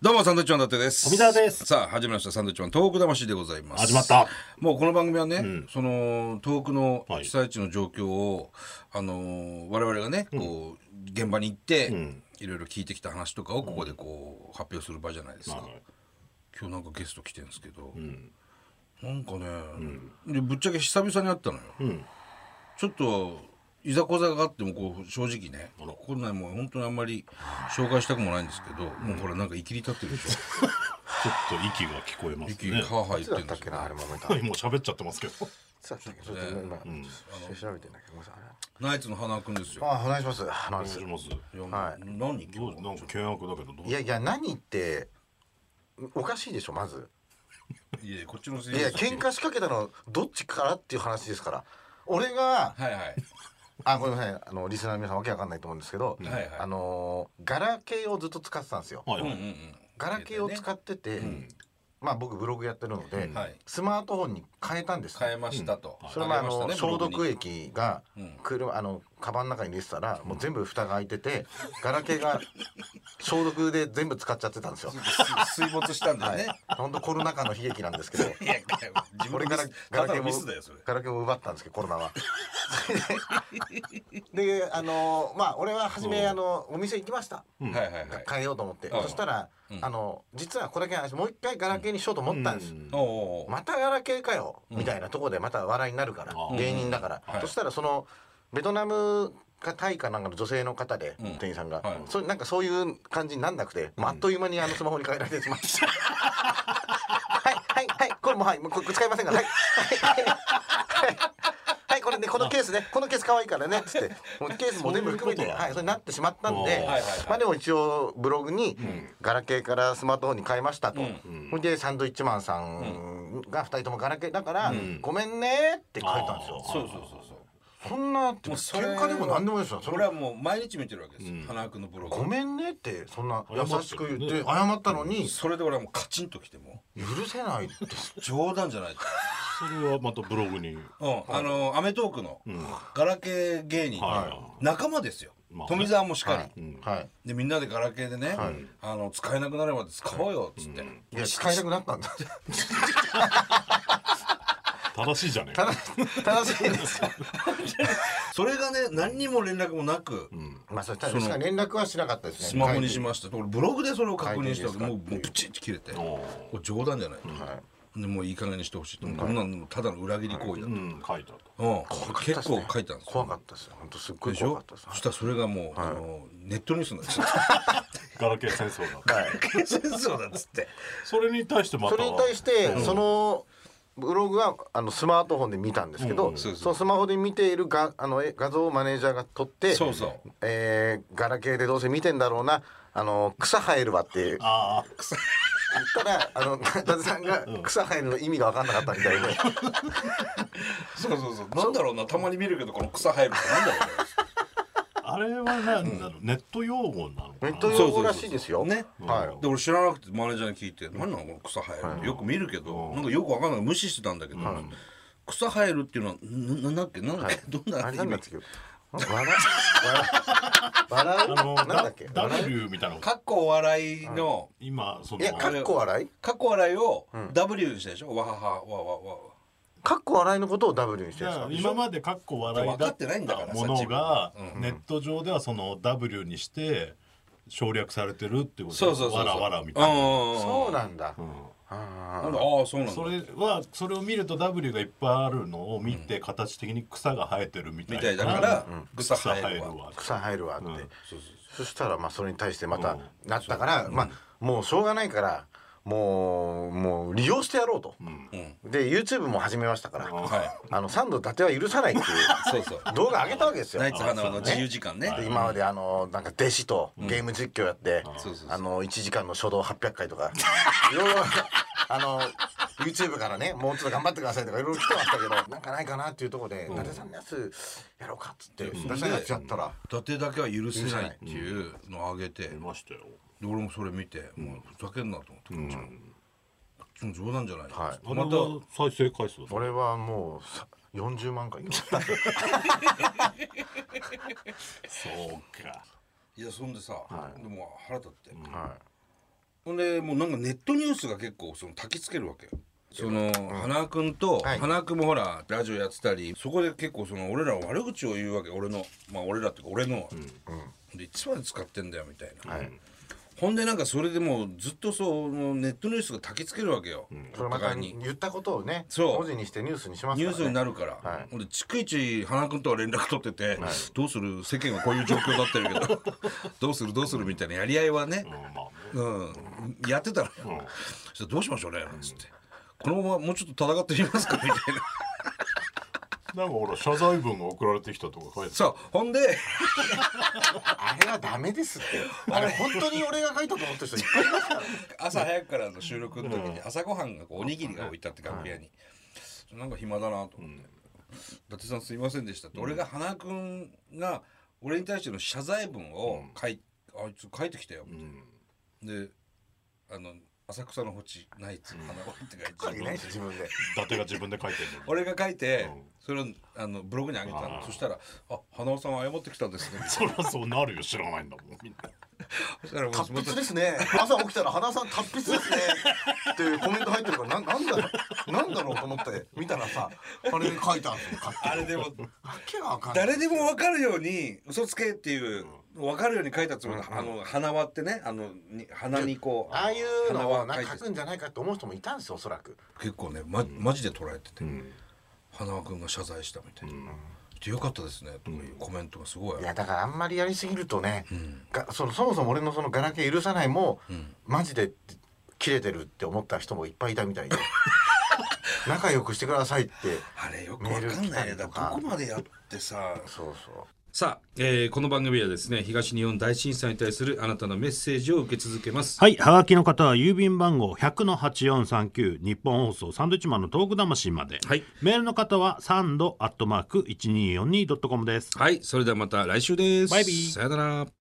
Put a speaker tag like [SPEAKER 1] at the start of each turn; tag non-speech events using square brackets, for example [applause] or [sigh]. [SPEAKER 1] どうもサンドウィッチマン伊達です
[SPEAKER 2] 富澤です
[SPEAKER 1] さあ始まりましたサンドウィッチマントーク魂でございます
[SPEAKER 2] 始まった
[SPEAKER 1] もうこの番組はね、その東北の
[SPEAKER 2] はい
[SPEAKER 1] 被災地の状況を、あのー我々がねこう、現場に行って、いろいろ聞いてきた話とかをここでこう発表する場じゃないですか、今日なんかゲスト来てるんですけど、なんかね、でぶっちゃけ久々に会ったのよ、ちょっといざこざがあってもこう正直ねこんなんもう本当にあんまり紹介したくもないんですけど、もうほらなんか生きり立ってるでしょ
[SPEAKER 2] ちょっと息が聞こえます
[SPEAKER 1] 息
[SPEAKER 2] ね。
[SPEAKER 1] ハーハー言
[SPEAKER 3] いつ
[SPEAKER 1] っ
[SPEAKER 3] だ
[SPEAKER 1] て
[SPEAKER 3] っ
[SPEAKER 1] ん
[SPEAKER 3] た
[SPEAKER 1] で
[SPEAKER 3] っ
[SPEAKER 1] す
[SPEAKER 3] け
[SPEAKER 1] よ
[SPEAKER 3] なあれも思いた。
[SPEAKER 2] はい、もう喋っちゃってますけど。
[SPEAKER 3] いつだったっけちょっと今調べてんだけどごめんなさい
[SPEAKER 1] ナイツの花君ですよ。
[SPEAKER 3] あお願いします。あの
[SPEAKER 2] どうします。
[SPEAKER 1] いや
[SPEAKER 3] はい
[SPEAKER 1] 何
[SPEAKER 2] ど
[SPEAKER 1] 今
[SPEAKER 2] う
[SPEAKER 1] 日
[SPEAKER 2] なんか険悪だけどどう。
[SPEAKER 3] いやいや何言っておかしいでしょまず。
[SPEAKER 1] いやいやこっちのせい
[SPEAKER 3] いや喧嘩仕掛けたのどっちからっていう話ですから。俺が
[SPEAKER 1] はいはい
[SPEAKER 3] あごめんなさいあのリスナーの皆さんわけわかんないと思うんですけど、
[SPEAKER 1] はいはい
[SPEAKER 3] あのガラケーをずっと使ってたんですよ。
[SPEAKER 2] はい、
[SPEAKER 1] うん
[SPEAKER 2] は
[SPEAKER 1] うんう
[SPEAKER 2] い。
[SPEAKER 1] ん
[SPEAKER 3] ガラケーを使ってて、まあ僕ブログやってるので、
[SPEAKER 1] はい
[SPEAKER 3] スマートフォンに変えたんです。
[SPEAKER 1] 変えましたと
[SPEAKER 3] それもあ
[SPEAKER 1] げました
[SPEAKER 3] の
[SPEAKER 1] ね
[SPEAKER 3] 消
[SPEAKER 1] ブログ
[SPEAKER 3] 毒
[SPEAKER 1] に
[SPEAKER 3] 液が車あのカバンの中に入れてたらもう全部蓋が開いててガラケーが消毒で全部使っちゃってたんですよ。
[SPEAKER 1] す水没したんだ
[SPEAKER 3] は
[SPEAKER 1] よ
[SPEAKER 3] い
[SPEAKER 1] ね。
[SPEAKER 3] 本当コロナ禍の悲劇なんですけど。
[SPEAKER 1] いやいや自分
[SPEAKER 3] これ
[SPEAKER 1] か
[SPEAKER 3] からら
[SPEAKER 1] ガ
[SPEAKER 3] ガ
[SPEAKER 1] ラケ
[SPEAKER 3] ラケ
[SPEAKER 1] ー
[SPEAKER 3] ー
[SPEAKER 1] ミ
[SPEAKER 3] も
[SPEAKER 1] スだよそれ。
[SPEAKER 3] ガラケーを奪ったんですけどコロナは。 [laughs] でであのまあ俺は初めあのお店行きました。
[SPEAKER 2] うん
[SPEAKER 1] はいはいはい。
[SPEAKER 3] 変えようと思って、
[SPEAKER 1] うん
[SPEAKER 3] そしたら、あの実はこれだけの話もう一回ガラケーにしようと思ったんです、
[SPEAKER 2] うん
[SPEAKER 1] おお
[SPEAKER 3] またガラケーかよ、みたいなところでまた笑いになるから、
[SPEAKER 2] うん
[SPEAKER 3] 芸人だから、
[SPEAKER 1] はい
[SPEAKER 3] そしたらそのベトナムかタイかなんかの女性の方で、
[SPEAKER 1] ん
[SPEAKER 3] 店員さんが、
[SPEAKER 1] はい
[SPEAKER 3] それなんかそういう感じになんなくて、まああっという間にあのスマホに変えられてしまいました。はいはいはいこれもうはいもうこれ使いませんからはいはいはいはいこれねこのケースねこのケース可愛いからねっつってもうケースも全部含めて
[SPEAKER 2] そういうことだ
[SPEAKER 3] はいそれになってしまったんで、
[SPEAKER 2] おー
[SPEAKER 1] はいはいはい
[SPEAKER 3] まあでも一応ブログにガラケーからスマートフォンに変えましたと、
[SPEAKER 1] う
[SPEAKER 3] ほ
[SPEAKER 1] ん
[SPEAKER 3] ん、でサンドイッチマンさんが2人ともガラケーだから、ごめんねって書いたんですよ
[SPEAKER 2] あー
[SPEAKER 1] そうそうそうそう。
[SPEAKER 3] そんなって
[SPEAKER 1] もうそれ
[SPEAKER 3] 喧嘩でも何でもいいですよそ
[SPEAKER 1] それ
[SPEAKER 3] れ
[SPEAKER 1] はもう毎日見てるわけです。花輪君のブログ。
[SPEAKER 3] ごめんねってそんな優しく言っ
[SPEAKER 2] 謝って
[SPEAKER 3] て
[SPEAKER 2] る
[SPEAKER 3] 謝ったのに
[SPEAKER 1] それで俺はもうカチンときても
[SPEAKER 3] 許せないです
[SPEAKER 1] [laughs] う冗談じゃないと。
[SPEAKER 2] それはまたブログに。
[SPEAKER 1] うん、あの『アメトーク』のガラケー芸人、
[SPEAKER 2] は
[SPEAKER 1] 仲間ですよ、
[SPEAKER 2] まあ
[SPEAKER 1] 富澤もしかり、
[SPEAKER 3] はい、はい
[SPEAKER 1] でみんなでガラケーでね、
[SPEAKER 3] はい
[SPEAKER 1] あの使えなくなれば使おうよっつって、
[SPEAKER 3] いや使いたくなったんだ [laughs]
[SPEAKER 2] 正しいじゃねえか。
[SPEAKER 3] 正正しいです
[SPEAKER 1] [laughs]
[SPEAKER 3] よ
[SPEAKER 1] それがね何にも連絡もなく、
[SPEAKER 3] まあそしたら確かに連絡はしなかったですね
[SPEAKER 1] スマホにしました、俺ブログでそれを確認したわけ
[SPEAKER 3] 書いていいで
[SPEAKER 1] も
[SPEAKER 3] すか
[SPEAKER 1] うもうプチって切れて
[SPEAKER 2] お
[SPEAKER 1] こ
[SPEAKER 2] ー
[SPEAKER 1] れ冗談じゃない、
[SPEAKER 3] はい
[SPEAKER 1] でもういい加減にしてほしいと思う、こんなのもうただの裏切り行為だと、
[SPEAKER 2] うん、書いたと。
[SPEAKER 1] うん
[SPEAKER 3] 怖かったっ
[SPEAKER 1] 結
[SPEAKER 3] すね
[SPEAKER 1] 構書いたんですよ
[SPEAKER 3] 怖かったですよ本当すっごい
[SPEAKER 1] でしょ
[SPEAKER 3] 怖かったです
[SPEAKER 1] そしたらそれがもう、あのネットニュースになっちゃった
[SPEAKER 2] ガラケー戦争だ。
[SPEAKER 3] はい
[SPEAKER 1] [laughs] 「戦争だ」っつって
[SPEAKER 2] それに対してまた。
[SPEAKER 3] それに対してそのブログはあのスマートフォンで見たんですけど、
[SPEAKER 2] うん
[SPEAKER 1] そうそう
[SPEAKER 3] そのスマホで見ているがあのえ画像をマネージャーが撮って
[SPEAKER 1] そうそう
[SPEAKER 3] えーガラケーでどうせ見てんだろうなあの草生えるわって言っ
[SPEAKER 2] ああ、
[SPEAKER 3] たらあの伊達さんが草生えるの意味が分かんなかったみたいで、
[SPEAKER 1] そうそうそう。なんだろうな、たまに見るけど、この草生えるってなんだろ
[SPEAKER 2] あれはなんだろう、ネット用語なのかな。
[SPEAKER 3] ネット用語らしいですよ。
[SPEAKER 1] うね。
[SPEAKER 3] は
[SPEAKER 1] で、俺知らなくて、マネージャーに聞いて、何なの、この草生えるって。よく見るけど、なんかよくわかんない、無視してたんだけど。草生えるっていうのは、ななんだっけ、なんだっけ、 [laughs] どん
[SPEAKER 3] い。あ
[SPEAKER 1] な
[SPEAKER 3] れ
[SPEAKER 1] 意
[SPEAKER 3] なんだっ
[SPEAKER 1] 味。
[SPEAKER 3] け？笑笑う
[SPEAKER 2] あの、
[SPEAKER 3] なんだっけ？
[SPEAKER 2] ダ
[SPEAKER 3] 笑う
[SPEAKER 2] W みたいなのが。
[SPEAKER 1] かっこ笑いの、
[SPEAKER 2] 今、そ
[SPEAKER 3] い
[SPEAKER 2] の。
[SPEAKER 3] やかっこ笑い？
[SPEAKER 1] かっこ笑いを W にしたでしょ。わはは、わわわ。
[SPEAKER 3] かっこ笑いのことを W にし
[SPEAKER 2] じ
[SPEAKER 3] てるん
[SPEAKER 2] ゃあ
[SPEAKER 3] ですか？
[SPEAKER 2] 今までかっこ笑い
[SPEAKER 1] 分
[SPEAKER 2] だ
[SPEAKER 1] か
[SPEAKER 2] っ
[SPEAKER 1] ってないんだか
[SPEAKER 2] た
[SPEAKER 1] ら
[SPEAKER 2] ものが
[SPEAKER 1] さ自分
[SPEAKER 2] ネット上ではその W にして省略されてるっていうこと
[SPEAKER 1] そうそうそう。
[SPEAKER 2] わらわらみたいな、
[SPEAKER 1] そ
[SPEAKER 3] そうなんだ。
[SPEAKER 1] うんうんうん。ああ、そうなんだ
[SPEAKER 2] そ。れはそれを見ると W がいっぱいあるのを見て形的に草が生えてるみた
[SPEAKER 1] み
[SPEAKER 2] いな
[SPEAKER 1] たいだから、草
[SPEAKER 2] 草
[SPEAKER 1] 生
[SPEAKER 2] 生
[SPEAKER 1] え
[SPEAKER 2] え
[SPEAKER 1] る
[SPEAKER 2] る
[SPEAKER 1] わ。
[SPEAKER 2] わ
[SPEAKER 3] 草入るわって、
[SPEAKER 2] うん
[SPEAKER 1] そうそう
[SPEAKER 3] そしたらまあそれに対してまた
[SPEAKER 2] うん
[SPEAKER 3] なったから、まあもうしょうがないからもうもう利用してやろうと、で YouTube も始めましたから、
[SPEAKER 2] うん
[SPEAKER 1] はい。
[SPEAKER 3] あのサンド伊達は許さないっていう
[SPEAKER 1] そうそう。
[SPEAKER 3] 動画上げたわけですよ
[SPEAKER 1] ナイ。ツ花輪の自由時間ね。
[SPEAKER 3] で今まであのなんか弟子とゲーム実況やって、
[SPEAKER 1] そうそうそう
[SPEAKER 3] あの1時間の書道800回とかいろいろあの YouTube からねもうちょっと頑張ってくださいとかいろいろ来てましたけどなんかないかなっていうところで伊達さんのやつやろうかっつって伊達さんのやつやったら。
[SPEAKER 1] 伊達だけは許せないっていうのをあげて、
[SPEAKER 2] 出
[SPEAKER 1] で
[SPEAKER 2] ましたよ
[SPEAKER 1] 俺もそれ見て、もうふざけんなと思って、こっちもこっちも冗談じゃないよ、
[SPEAKER 3] はい
[SPEAKER 2] あれ
[SPEAKER 1] また
[SPEAKER 2] は再生回数だ
[SPEAKER 3] 俺はもうさ40万回いき [laughs] ました
[SPEAKER 2] そうか
[SPEAKER 1] いやそんでさ、でも腹立って、
[SPEAKER 3] はい
[SPEAKER 1] ほんでもうなんかネットニュースが結構その焚きつけるわけよその花輪君と、
[SPEAKER 3] はい
[SPEAKER 1] 花輪君もほらラジオやってたりそこで結構その俺らの悪口を言うわけ俺のまあ俺らっていうか俺の、でいつまで使ってんだよみたいな、
[SPEAKER 3] はい
[SPEAKER 1] ほんでなんかそれでもうずっとそのネットニュースが焚きつけるわけよ、
[SPEAKER 3] それ
[SPEAKER 1] お
[SPEAKER 3] また
[SPEAKER 1] 互いに
[SPEAKER 3] 言ったことをね
[SPEAKER 1] そう
[SPEAKER 3] 文字にしてニュースにします
[SPEAKER 1] ニ
[SPEAKER 3] から
[SPEAKER 1] ュ
[SPEAKER 3] ね
[SPEAKER 1] ースになるから、
[SPEAKER 3] はい
[SPEAKER 1] ほんで逐一花君とは連絡取ってて、どうする世間はこういう状況だってるけど [laughs] どうするどうするみたいなやり合いはね、
[SPEAKER 2] うんまあ
[SPEAKER 1] うん、やってたのよ、そしたらどうしましょうねなんつって、このままもうちょっと戦ってみますかみたいな [laughs]
[SPEAKER 2] なんかほら謝罪文が送られてきたとか書いてた
[SPEAKER 1] さあほんで
[SPEAKER 3] あれはダメですってあれ本当に俺が書いたと思った人いっぱいいますからね
[SPEAKER 1] 朝早くからの収録の時に朝ごはんがこうおにぎりが置いてあって楽屋に、なんか暇だなと思って「伊達さんすいませんでした」って、俺が花君が俺に対しての謝罪文を書い、あいつ書いてきたよみたいな、であの浅草の地ナイツ花輪って書い
[SPEAKER 3] い
[SPEAKER 1] て
[SPEAKER 3] ないし [laughs] 自分で
[SPEAKER 2] 伊達が自分で書いてるのに
[SPEAKER 1] 俺が書いて、
[SPEAKER 2] うん
[SPEAKER 1] それをあのブログに上げたのそしたら「あ花輪さんは謝ってきたんですね」
[SPEAKER 2] [laughs] そりゃそうなるよ知らないんだもんみんな
[SPEAKER 1] そしたらもう
[SPEAKER 3] 達筆ですね朝起きたら花さん達筆ですねっていうコメント入ってるからななんだろうなんだろうと思って見たらさあれで書いてあるの勝手に
[SPEAKER 1] あれでも
[SPEAKER 3] わけがわかんない
[SPEAKER 1] 誰でも分かるように嘘つけっていう分かるように書いたつもりのあの花輪ってねあのに鼻にこう
[SPEAKER 3] ああいうのを
[SPEAKER 1] 鼻
[SPEAKER 3] な
[SPEAKER 1] 輪
[SPEAKER 3] んか
[SPEAKER 1] 書い
[SPEAKER 3] 書
[SPEAKER 1] て
[SPEAKER 3] くんじゃないかって思う人もいたんですよおそらく
[SPEAKER 1] 結構ねまマジで捉えてて花輪君が謝罪したみたいな「でよかったですね」とかいうコメントがすごいあ
[SPEAKER 3] い
[SPEAKER 1] る
[SPEAKER 3] やだからあんまりやりすぎるとね、がそのそもそも俺のそのガラケー許さないも、マジで切れてるって思った人もいっぱいいたみたいで仲良くしてくださいって
[SPEAKER 1] あれよく分かんないねだからどこまでやってさ
[SPEAKER 3] そうそう
[SPEAKER 4] さあ、えーこの番組はですね、東日本大震災に対するあなたのメッセージを受け続けます。
[SPEAKER 5] はい。はがきの方は郵便番号100-8439日本放送サンドイッチマンのトーク魂まで。
[SPEAKER 4] はい
[SPEAKER 5] メールの方はサンドアットマーク 1242.com です。
[SPEAKER 4] はい、それではまた来週です。
[SPEAKER 5] バイビー
[SPEAKER 4] さよなら。